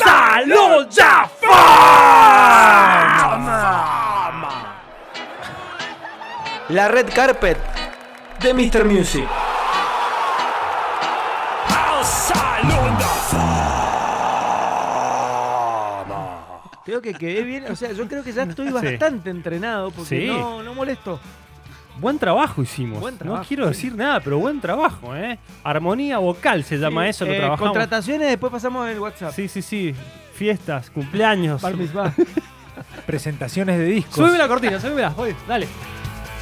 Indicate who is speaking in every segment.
Speaker 1: ¡Pásalo ya! ¡Fama!
Speaker 2: La red carpet de Mr. Music.
Speaker 1: ¡Pásalo ya! ¡Fama!
Speaker 3: Creo que quedé bien. O sea, yo creo que ya estoy
Speaker 1: Sí.
Speaker 3: bastante entrenado porque
Speaker 1: Sí.
Speaker 3: no, no molesto.
Speaker 1: Buen trabajo hicimos.
Speaker 3: Buen trabajo,
Speaker 1: no quiero
Speaker 3: sí.
Speaker 1: decir nada, pero buen trabajo, ¿eh? Armonía vocal se llama
Speaker 3: Sí,
Speaker 1: eso, lo
Speaker 3: eh,
Speaker 1: trabajamos.
Speaker 3: Contrataciones, después pasamos el WhatsApp.
Speaker 1: Sí, sí, sí. Fiestas, cumpleaños.
Speaker 3: Bar mitzvah.
Speaker 4: Presentaciones de discos.
Speaker 1: Súbeme la cortina, súbeme la. Dale.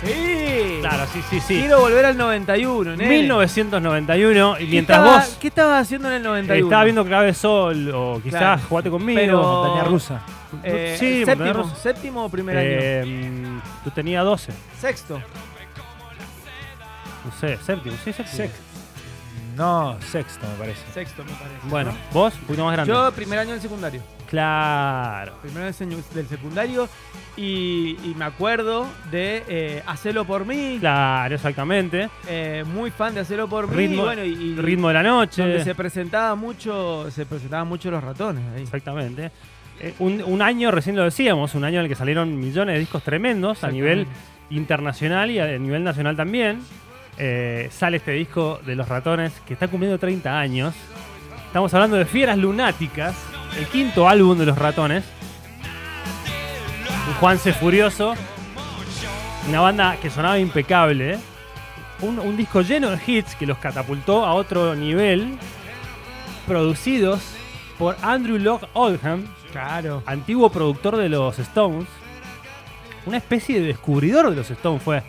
Speaker 3: Sí.
Speaker 1: Claro, sí, sí, sí.
Speaker 3: Quiero volver al 91, nene.
Speaker 1: 1991 y
Speaker 3: ¿Qué
Speaker 1: mientras
Speaker 3: estaba-
Speaker 1: vos
Speaker 3: ¿Qué estabas haciendo en el 91?
Speaker 1: estabas viendo Clave Sol o quizás
Speaker 3: Claro.
Speaker 1: Jugate conmigo,
Speaker 3: Pero-
Speaker 4: Montaña rusa.
Speaker 3: Eh,
Speaker 1: sí,
Speaker 3: séptimo,
Speaker 1: Montañarrosa.
Speaker 3: séptimo o primer año.
Speaker 1: eh, tú tenías 12,
Speaker 3: Sexto.
Speaker 1: no sé, séptimo, sí, séptimo.
Speaker 4: No, sexto me parece.
Speaker 3: Sexto, me parece.
Speaker 1: Bueno, vos, un poquito más grande.
Speaker 3: Yo primer año del secundario.
Speaker 1: Claro.
Speaker 3: Primer año del secundario. Y, y me acuerdo de eh, Hacelo por mí.
Speaker 1: Claro, exactamente.
Speaker 3: eh, muy fan de Hacelo por mí.
Speaker 1: Ritmo-
Speaker 3: Y bueno, y, y
Speaker 1: Ritmo de la
Speaker 3: donde
Speaker 1: noche.
Speaker 3: se presentaba mucho, se presentaban mucho los ratones ahí.
Speaker 1: Exactamente. Eh, un, un año, recién lo decíamos, un año en el que salieron millones de discos tremendos a nivel internacional y a, a nivel nacional también. Eh, sale este disco de Los Ratones que está cumpliendo 30 años. Estamos hablando de Fieras Lunáticas, el quinto álbum de Los Ratones. Un Juanse Furioso, una banda que sonaba impecable. ¿eh? Un, un disco lleno de hits que los catapultó a otro nivel, producidos por Andrew Locke Oldham,
Speaker 3: Claro.
Speaker 1: antiguo productor de los Stones, una especie de descubridor de los Stones fue.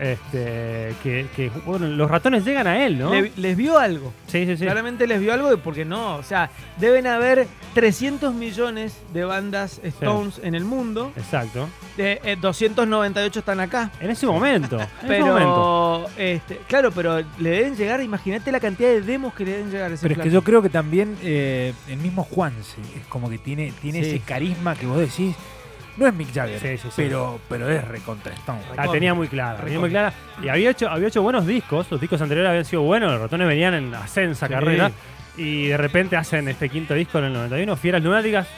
Speaker 1: Este, que, que, bueno, los ratones llegan a él, ¿no?
Speaker 3: Le- les vio algo.
Speaker 1: sí, sí, sí.
Speaker 3: Claramente les vio algo porque no. O sea, deben haber 300 millones de bandas Stones en el mundo.
Speaker 1: Exacto.
Speaker 3: Eh, eh, 298 están acá.
Speaker 1: En ese momento. en ese momento.
Speaker 3: Pero, este, claro, pero le deben llegar, imagínate la cantidad de demos que le deben llegar a ese
Speaker 4: Pero es que
Speaker 3: flaco.
Speaker 4: yo creo que también eh, el mismo Juanse es como que tiene, tiene
Speaker 3: Sí.
Speaker 4: ese carisma que vos decís. No es Mick Jagger,
Speaker 1: Sí, sí, sí.
Speaker 4: Pero, pero es recontra Stone.
Speaker 1: La tenía muy clara, la tenía muy clara. Y había hecho, había hecho buenos discos, los discos anteriores habían sido buenos, los ratones venían en ascensa
Speaker 4: Sí.
Speaker 1: carrera. Y de repente hacen este quinto disco en el 91, Fieras Lunáticas.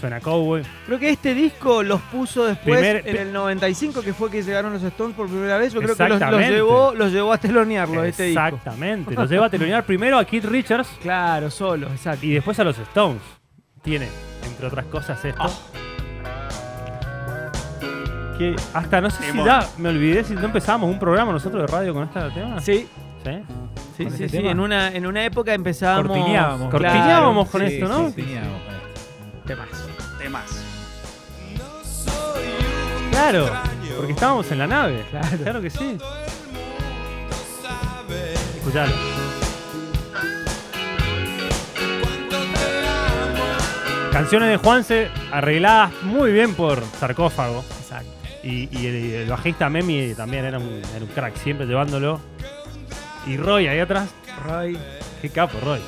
Speaker 1: Suena cowboy.
Speaker 3: Creo que este disco los puso después
Speaker 1: Primer-
Speaker 3: en el 95, que fue que llegaron los Stones por primera vez. Yo creo que los, los
Speaker 1: Exactamente.
Speaker 3: llevó, los llevó a telonearlo este disco.
Speaker 1: Exactamente. Los lleva a telonear primero a Keith Richards
Speaker 3: Claro, solo, exacto.
Speaker 1: y después a los Stones. Tiene, entre otras cosas, esto. Que hasta no sé si da, me olvidé si no empezamos un programa nosotros de radio con este tema.
Speaker 3: Sí,
Speaker 1: ¿Sí?
Speaker 3: sí,
Speaker 4: ¿Con
Speaker 3: sí,
Speaker 4: este
Speaker 3: sí.
Speaker 4: tema?
Speaker 3: En una, en una época empezábamos.
Speaker 4: Cortineábamos.
Speaker 3: Claro,
Speaker 1: Cortineábamos con esto, ¿no?
Speaker 4: cortineábamos con esto.
Speaker 3: temazo.
Speaker 5: Temas.
Speaker 1: Claro, porque estábamos en la nave. Claro, que sí. Escuchalo. Canciones de Juanse arregladas muy bien por sarcófago. Exacto. Y, y el, el bajista Memi también era un, era un crack, siempre llevándolo. Y Roy ahí atrás.
Speaker 3: Roy,
Speaker 1: Qué capo, Roy.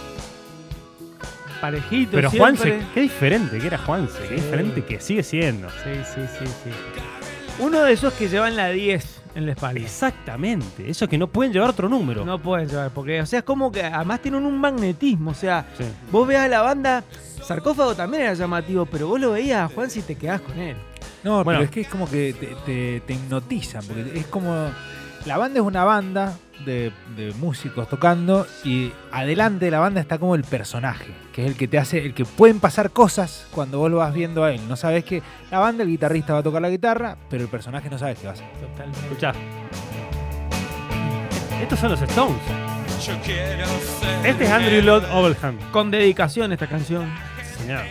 Speaker 3: parejito.
Speaker 1: Pero
Speaker 3: siempre.
Speaker 1: Juanse, qué diferente que era Juanse. Qué diferente que sigue siendo.
Speaker 3: Sí, sí, sí, sí. Uno de esos que llevan la 10 en la espalda.
Speaker 1: Exactamente. Eso que no pueden llevar otro número.
Speaker 3: No pueden llevar, porque, o sea, es como que además tienen un magnetismo. O sea,
Speaker 1: Sí.
Speaker 3: vos veas a la banda, sarcófago también era llamativo, pero vos lo veías a Juan si te quedás con él.
Speaker 4: No,
Speaker 1: Bueno.
Speaker 4: pero es que es como que te, te- te hipnotizan, porque es como. La banda es una banda de, de músicos tocando y adelante de la banda está como el personaje, que es el que te hace, el que pueden pasar cosas cuando vos lo vas viendo a él. No sabes que la banda, el guitarrista va a tocar la guitarra, pero el personaje no sabes qué va a hacer.
Speaker 3: Totalmente.
Speaker 1: Escuchá. Estos son los Stones. Este es Andrew Lloyd Oldham.
Speaker 3: Con dedicación esta canción.
Speaker 1: Señor.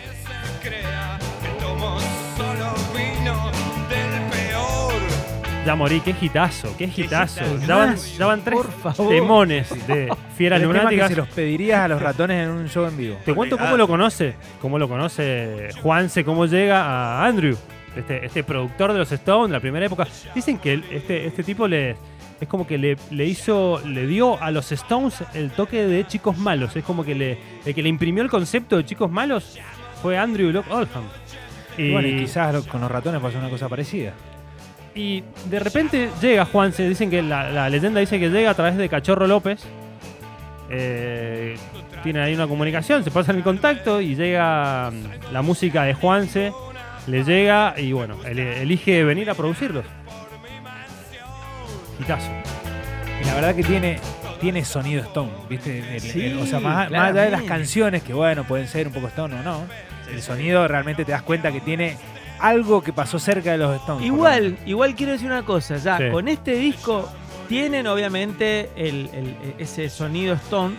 Speaker 1: Ya morí, qué hitazo, qué hitazo.
Speaker 3: hitazo.
Speaker 1: Daban, daban tres
Speaker 3: Por favor.
Speaker 1: demones de fieras
Speaker 4: El tema que
Speaker 1: lunáticas.
Speaker 4: se los pedirías a los ratones en un show en vivo.
Speaker 1: Te cuento cómo lo conoce, cómo lo conoce Juanse, cómo llega a Andrew, este, este productor de los Stones de la primera época. Dicen que el- este, este tipo le es como que le, le hizo, le dio a los Stones el toque de chicos malos. Es como que le, el que le imprimió el concepto de chicos malos fue Andrew Locke Oldham.
Speaker 4: Y
Speaker 1: Y,
Speaker 4: bueno, y quizás lo- con los ratones pasó una cosa parecida.
Speaker 1: y de repente llega Juanse, dicen que la, la leyenda dice que llega a través de Cachorro López, eh, tienen ahí una comunicación, se pasan el contacto y llega mm, la música de Juanse, le llega y bueno, el- elige venir a producirlos. Hitazo.
Speaker 4: Y la verdad que tiene, tiene sonido Stone, ¿viste? El- el-
Speaker 3: Sí,
Speaker 4: el- o sea, más, más allá de las
Speaker 3: claramente.
Speaker 4: canciones, que bueno, pueden ser un poco Stone o no, el sonido realmente te das cuenta que tiene algo que pasó cerca de los Stones. por lo
Speaker 3: Igual, igual quiero decir una cosa, ya,
Speaker 1: Sí.
Speaker 3: con este disco tienen obviamente el- el- ese sonido Stone,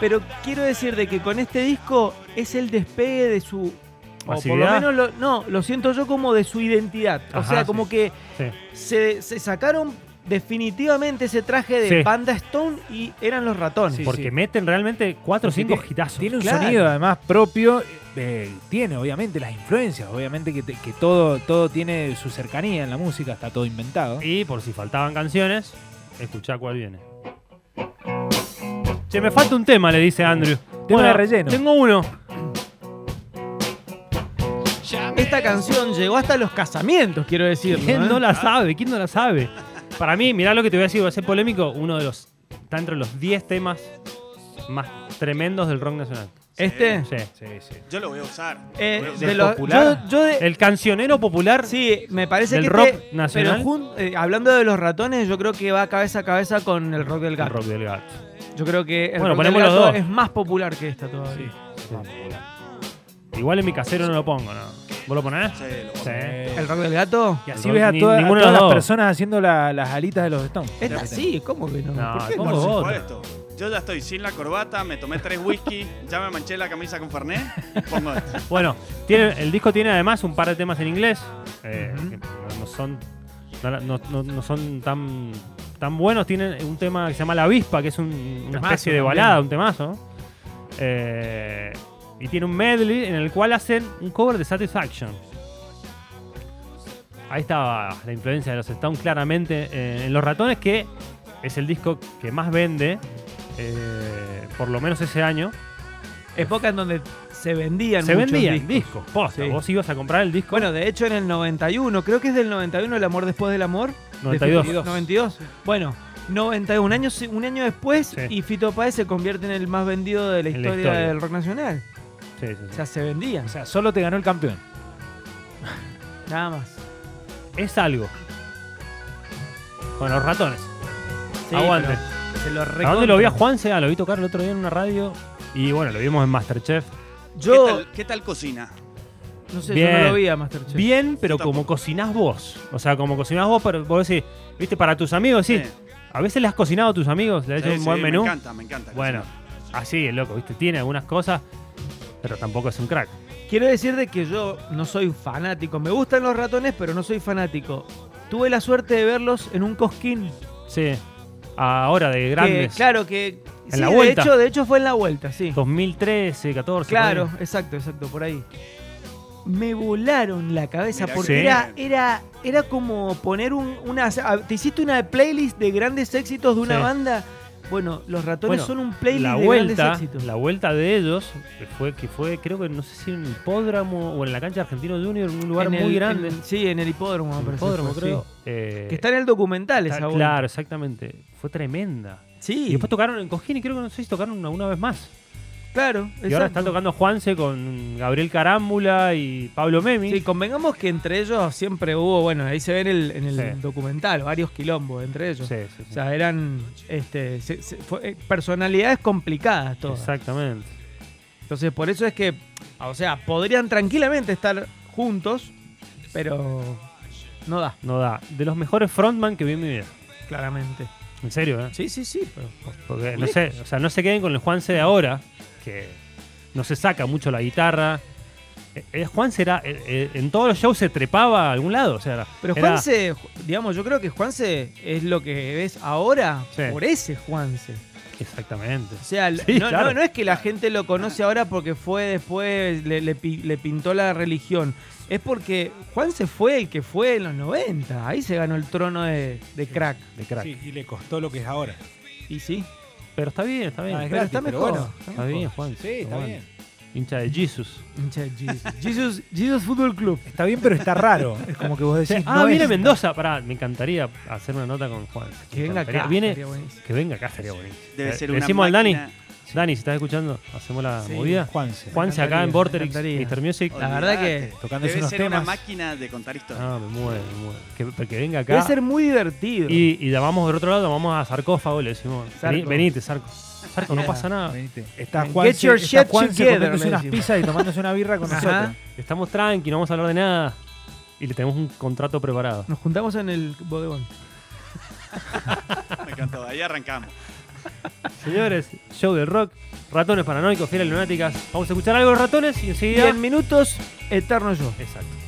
Speaker 3: pero quiero decir de que con este disco es el despegue de su... O por lo
Speaker 1: Masividad.
Speaker 3: menos, lo- no, lo siento yo como de su identidad. o
Speaker 1: Ajá,
Speaker 3: sea,
Speaker 1: sí.
Speaker 3: como que
Speaker 1: Sí.
Speaker 3: se, se sacaron definitivamente ese traje de
Speaker 1: Sí.
Speaker 3: Panda Stone y eran los ratones.
Speaker 4: Sí,
Speaker 1: Porque meten realmente 4 o
Speaker 4: Porque
Speaker 1: 5
Speaker 4: tiene-
Speaker 1: hitazos.
Speaker 4: Tiene un
Speaker 3: Claro.
Speaker 4: sonido además propio, eh, tiene obviamente las influencias, obviamente que, te- que todo, todo tiene su cercanía en la música, está todo inventado.
Speaker 1: Y por si faltaban canciones, escuchá cuál viene. Che, me falta un tema, le dice Andrew. Tema
Speaker 4: de relleno.
Speaker 1: Tengo uno.
Speaker 3: Esta canción llegó hasta los casamientos, quiero decirlo.
Speaker 1: ¿Quién
Speaker 3: ¿eh?
Speaker 1: no la sabe? ¿Quién no la sabe? Para mí, mirá lo que te voy a decir, va a ser polémico. Uno de los. Está entre los 10 temas más tremendos del rock nacional.
Speaker 3: Este,
Speaker 1: Sí.
Speaker 5: Yo lo voy a usar.
Speaker 3: eh,
Speaker 5: Bueno,
Speaker 3: de
Speaker 4: del
Speaker 3: los, yo,
Speaker 4: popular.
Speaker 3: yo de-
Speaker 1: El cancionero popular.
Speaker 3: Sí, me parece
Speaker 1: del
Speaker 3: que
Speaker 1: rock
Speaker 3: este-
Speaker 1: nacional.
Speaker 3: pero jun- eh, hablando de los ratones, yo creo que va cabeza a cabeza con el rock del
Speaker 1: El
Speaker 3: gato.
Speaker 1: rock del gato.
Speaker 3: Yo creo que el
Speaker 1: Bueno,
Speaker 3: rock del
Speaker 1: ponemos los
Speaker 3: gato
Speaker 1: dos.
Speaker 3: es más popular que esta todavía.
Speaker 1: Igual en mi casero no lo pongo, ¿no? ¿Vos lo ponés?
Speaker 5: Sí, lo voy a-
Speaker 1: Sí.
Speaker 3: ¿El rock del gato?
Speaker 4: Y así
Speaker 1: Ni-
Speaker 4: ves a, toda- a
Speaker 1: ninguno de los
Speaker 4: todas las
Speaker 1: dos.
Speaker 4: personas haciendo la- las alitas de los Stones.
Speaker 3: Esta sí, ¿cómo que no?
Speaker 1: No,
Speaker 3: ¿Por qué
Speaker 1: ¿cómo
Speaker 3: no?
Speaker 1: vos?
Speaker 5: Por esto. Yo ya estoy sin la corbata, me tomé tres whisky, ya me manché la camisa con Fernet, pongo esto.
Speaker 1: Bueno, tiene, el disco tiene además un par de temas en inglés. eh,
Speaker 3: Ujú.
Speaker 1: que no, no son, no, no- no- no son tan, tan buenos. Tienen un tema que se llama La Avispa, que es un- una
Speaker 3: Temazo
Speaker 1: especie de
Speaker 3: también.
Speaker 1: balada, un temazo. Eh, y tiene un medley en el cual hacen un cover de Satisfaction. Ahí estaba la influencia de los Stones claramente eh, en Los Ratones, que es el disco que más vende, eh, por lo menos ese año.
Speaker 3: Época en donde se vendían
Speaker 1: Se
Speaker 3: muchos
Speaker 1: vendían
Speaker 3: discos.
Speaker 1: discos, posta.
Speaker 3: Sí.
Speaker 1: Vos ibas a comprar el disco.
Speaker 3: Bueno, de hecho en el 91, creo que es del 91 El amor después del amor.
Speaker 1: 92.
Speaker 3: 92. Bueno, 91, un año, un año después
Speaker 1: Sí.
Speaker 3: y Fito Páez se convierte en el más vendido de la
Speaker 1: En la
Speaker 3: historia,
Speaker 1: historia.
Speaker 3: del rock nacional.
Speaker 1: Sí, sí,
Speaker 3: O
Speaker 1: sí.
Speaker 3: sea, se vendían,
Speaker 4: O sea, solo te ganó el campeón.
Speaker 3: nada más.
Speaker 1: Es algo. Con los ratones.
Speaker 3: Sí,
Speaker 1: Aguante.
Speaker 3: pero Se lo
Speaker 1: ¿A dónde lo vi a
Speaker 3: recontra-
Speaker 1: Juan Lo vi tocar el otro día en una radio. Y bueno, lo vimos en Masterchef.
Speaker 3: Yo,
Speaker 5: ¿Qué, tal, qué tal cocina?
Speaker 3: no sé, yo
Speaker 1: Bien.
Speaker 3: no lo vi a Masterchef.
Speaker 1: Bien, pero
Speaker 5: Yo tampoco.
Speaker 1: como cocinás vos. O sea, como cocinás vos, pero vos decís, viste, para tus amigos, sí. A veces le has cocinado a tus amigos, le has hecho
Speaker 5: Eh, Sí,
Speaker 1: un buen
Speaker 5: sí,
Speaker 1: menú.
Speaker 5: Me encanta, me encanta.
Speaker 1: Bueno,
Speaker 5: cocinar.
Speaker 1: así el loco, viste, tiene algunas cosas, pero tampoco es un crack.
Speaker 3: Quiero decir de que yo no soy fanático. Me gustan los ratones, pero no soy fanático. Tuve la suerte de verlos en un cosquín.
Speaker 1: Sí. Ahora de
Speaker 3: que,
Speaker 1: grandes.
Speaker 3: claro que.
Speaker 1: En
Speaker 3: sí,
Speaker 1: la
Speaker 3: de
Speaker 1: vuelta.
Speaker 3: hecho, de hecho fue en la vuelta, sí.
Speaker 1: 2013, 14.
Speaker 3: Claro,
Speaker 1: por ahí.
Speaker 3: exacto, exacto, por ahí. Me volaron la cabeza
Speaker 5: Mirá
Speaker 3: porque
Speaker 1: que
Speaker 3: era,
Speaker 5: bien.
Speaker 3: era, era como poner un, una. ah, Te hiciste una playlist de grandes éxitos de una
Speaker 1: Sí.
Speaker 3: banda. Bueno, los ratones
Speaker 1: Bueno,
Speaker 3: son un playlist
Speaker 1: la
Speaker 3: de
Speaker 1: vuelta,
Speaker 3: grandes éxitos.
Speaker 1: la vuelta de ellos que fue que fue creo que no sé si en el hipódromo o en la cancha argentino junior en un lugar
Speaker 3: En el-
Speaker 1: muy grande
Speaker 3: en- sí, en el hipódromo, me
Speaker 1: En el
Speaker 3: parece
Speaker 1: hipódromo
Speaker 3: fue,
Speaker 1: creo
Speaker 3: sí.
Speaker 1: Eh,
Speaker 3: Que está en el documental
Speaker 1: está-
Speaker 3: esa vuelta.
Speaker 1: claro exactamente fue tremenda
Speaker 3: Sí,
Speaker 1: y después tocaron en Cojín y creo que no sé si tocaron una, una vez más
Speaker 3: claro.
Speaker 1: y ahora
Speaker 3: exacto.
Speaker 1: están tocando Juanse con Gabriel Carámbula y Pablo Memi
Speaker 3: Sí, convengamos que entre ellos siempre hubo, bueno, ahí se ve en el, en el
Speaker 1: Sí.
Speaker 3: documental, varios quilombos entre ellos.
Speaker 1: Sí, sí, sí.
Speaker 3: O sea, eran este, se- se- fue- eh, personalidades complicadas todas.
Speaker 1: exactamente
Speaker 3: Entonces, por eso es que, o sea, podrían tranquilamente estar juntos, pero no da,
Speaker 1: no da de los mejores frontman que vi en mi vida
Speaker 3: claramente.
Speaker 1: en serio ¿eh?
Speaker 3: Sí, sí, sí, pero
Speaker 1: Porque no sé, o sea, no se queden con el Juanse de ahora, que no se saca mucho la guitarra. Eh, eh, Juanse era, eh, eh, en todos los shows se trepaba a algún lado. O sea, era-
Speaker 3: Pero
Speaker 1: era-
Speaker 3: Juanse, ju- digamos, yo creo que Juanse es lo que ves ahora
Speaker 1: Sí.
Speaker 3: por ese Juanse.
Speaker 1: Exactamente.
Speaker 3: O sea, l-
Speaker 1: Sí,
Speaker 3: no,
Speaker 1: claro.
Speaker 3: no- no es que la gente lo conoce ahora porque fue después, le, le pi- le pintó la religión. Es porque Juanse fue el que fue en los 90. Ahí se ganó el trono de, de crack.
Speaker 1: De crack.
Speaker 4: y le costó lo que es ahora.
Speaker 3: Y sí,
Speaker 1: Pero está bien, está bien.
Speaker 4: Ah, es
Speaker 3: pero está
Speaker 4: gratis, pero
Speaker 3: mejor.
Speaker 4: bueno.
Speaker 3: está
Speaker 1: está
Speaker 3: mejor.
Speaker 1: bien, Juan.
Speaker 4: Sí, está bien.
Speaker 1: Hincha de Jesus.
Speaker 3: Hincha de Jesus. Jesus, Jesus Football Club.
Speaker 4: Está bien, pero está raro. Es como que vos decís.
Speaker 1: ah,
Speaker 4: no
Speaker 1: viene
Speaker 4: es-
Speaker 1: Mendoza. Pará, me encantaría hacer una nota con Juan.
Speaker 3: Que
Speaker 1: Me
Speaker 3: venga
Speaker 1: encantaría.
Speaker 3: acá.
Speaker 1: Viene,
Speaker 3: estaría buenísimo.
Speaker 1: que venga acá, sería bonito.
Speaker 5: Debe
Speaker 1: Le-
Speaker 5: ser
Speaker 1: le
Speaker 5: una
Speaker 1: eh, decimos al Dani,
Speaker 5: máquina.
Speaker 1: Dani, si estás escuchando, hacemos la
Speaker 3: Sí.
Speaker 1: movida.
Speaker 4: Juanse.
Speaker 1: Juanse acá en
Speaker 3: encantaría,
Speaker 1: Vorterix,
Speaker 3: me
Speaker 1: Mr.
Speaker 3: encantaría.
Speaker 1: Music.
Speaker 3: La verdad que
Speaker 5: Olvidate.
Speaker 4: tocando
Speaker 5: Debe
Speaker 4: esos
Speaker 5: ser una
Speaker 4: temas.
Speaker 5: máquina de contar historias.
Speaker 1: Ah, me mueve, me mueve. Que, que venga
Speaker 3: Debe
Speaker 1: acá.
Speaker 3: ser muy divertido.
Speaker 1: Y, y llamamos del otro lado, llamamos a sarcófago, le decimos,
Speaker 3: Sarco.
Speaker 1: "Vení- venite, sarco. Sarco, no pasa nada.
Speaker 4: Venite. Está
Speaker 3: Get
Speaker 4: Juanse,
Speaker 3: your
Speaker 4: está
Speaker 3: shit
Speaker 4: Juanse
Speaker 3: together,
Speaker 4: comiéndose
Speaker 3: le
Speaker 4: unas
Speaker 3: decimos.
Speaker 4: pizzas y tomándose una birra con
Speaker 3: Ajá.
Speaker 4: nosotros.
Speaker 1: Estamos tranqui, no vamos a hablar de nada. Y le tenemos un contrato preparado.
Speaker 3: Nos juntamos en el bodegón.
Speaker 1: Ah.
Speaker 5: Me encantó. Ahí arrancamos.
Speaker 1: Señores, show del rock, ratones paranoicos, fieles lunáticas. Vamos a escuchar algo de ratones y enseguida.
Speaker 3: 100 minutos, eterno yo.
Speaker 1: Exacto.